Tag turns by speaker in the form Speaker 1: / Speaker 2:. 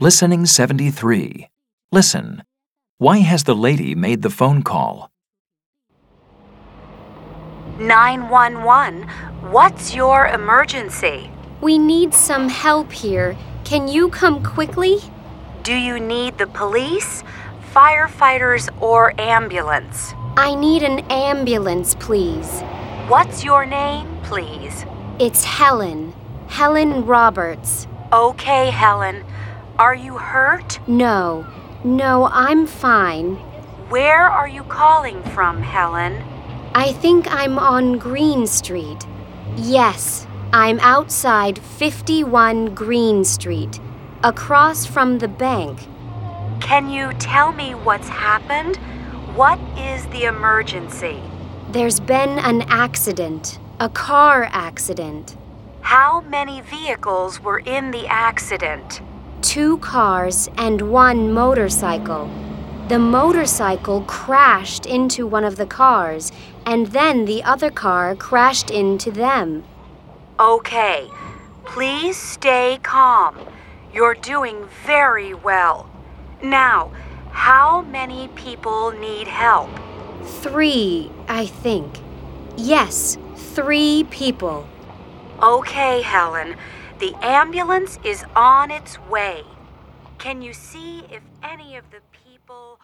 Speaker 1: Listening 73. Listen. Why has the lady made the phone call?
Speaker 2: 911, what's your emergency?
Speaker 3: We need some help here. Can you come quickly?
Speaker 2: Do you need the police, firefighters, or ambulance?
Speaker 3: I need an ambulance, please.
Speaker 2: What's your name, please?
Speaker 3: It's Helen. Helen Roberts.
Speaker 2: Okay, Helen. Are you hurt?
Speaker 3: No, no, I'm fine.
Speaker 2: Where are you calling from, Helen?
Speaker 3: I think I'm on Green Street. Yes, I'm outside 51 Green Street, across from the bank.
Speaker 2: Can you tell me what's happened? What is the emergency?
Speaker 3: There's been an accident, a car accident.
Speaker 2: How many vehicles were in the accident?
Speaker 3: two cars and one motorcycle. The motorcycle crashed into one of the cars, and then the other car crashed into them.
Speaker 2: Okay, please stay calm. You're doing very well. Now, how many people need help?
Speaker 3: Three, I think. Yes, three people.
Speaker 2: Okay, Helen. The ambulance is on its way. Can you see if any of the people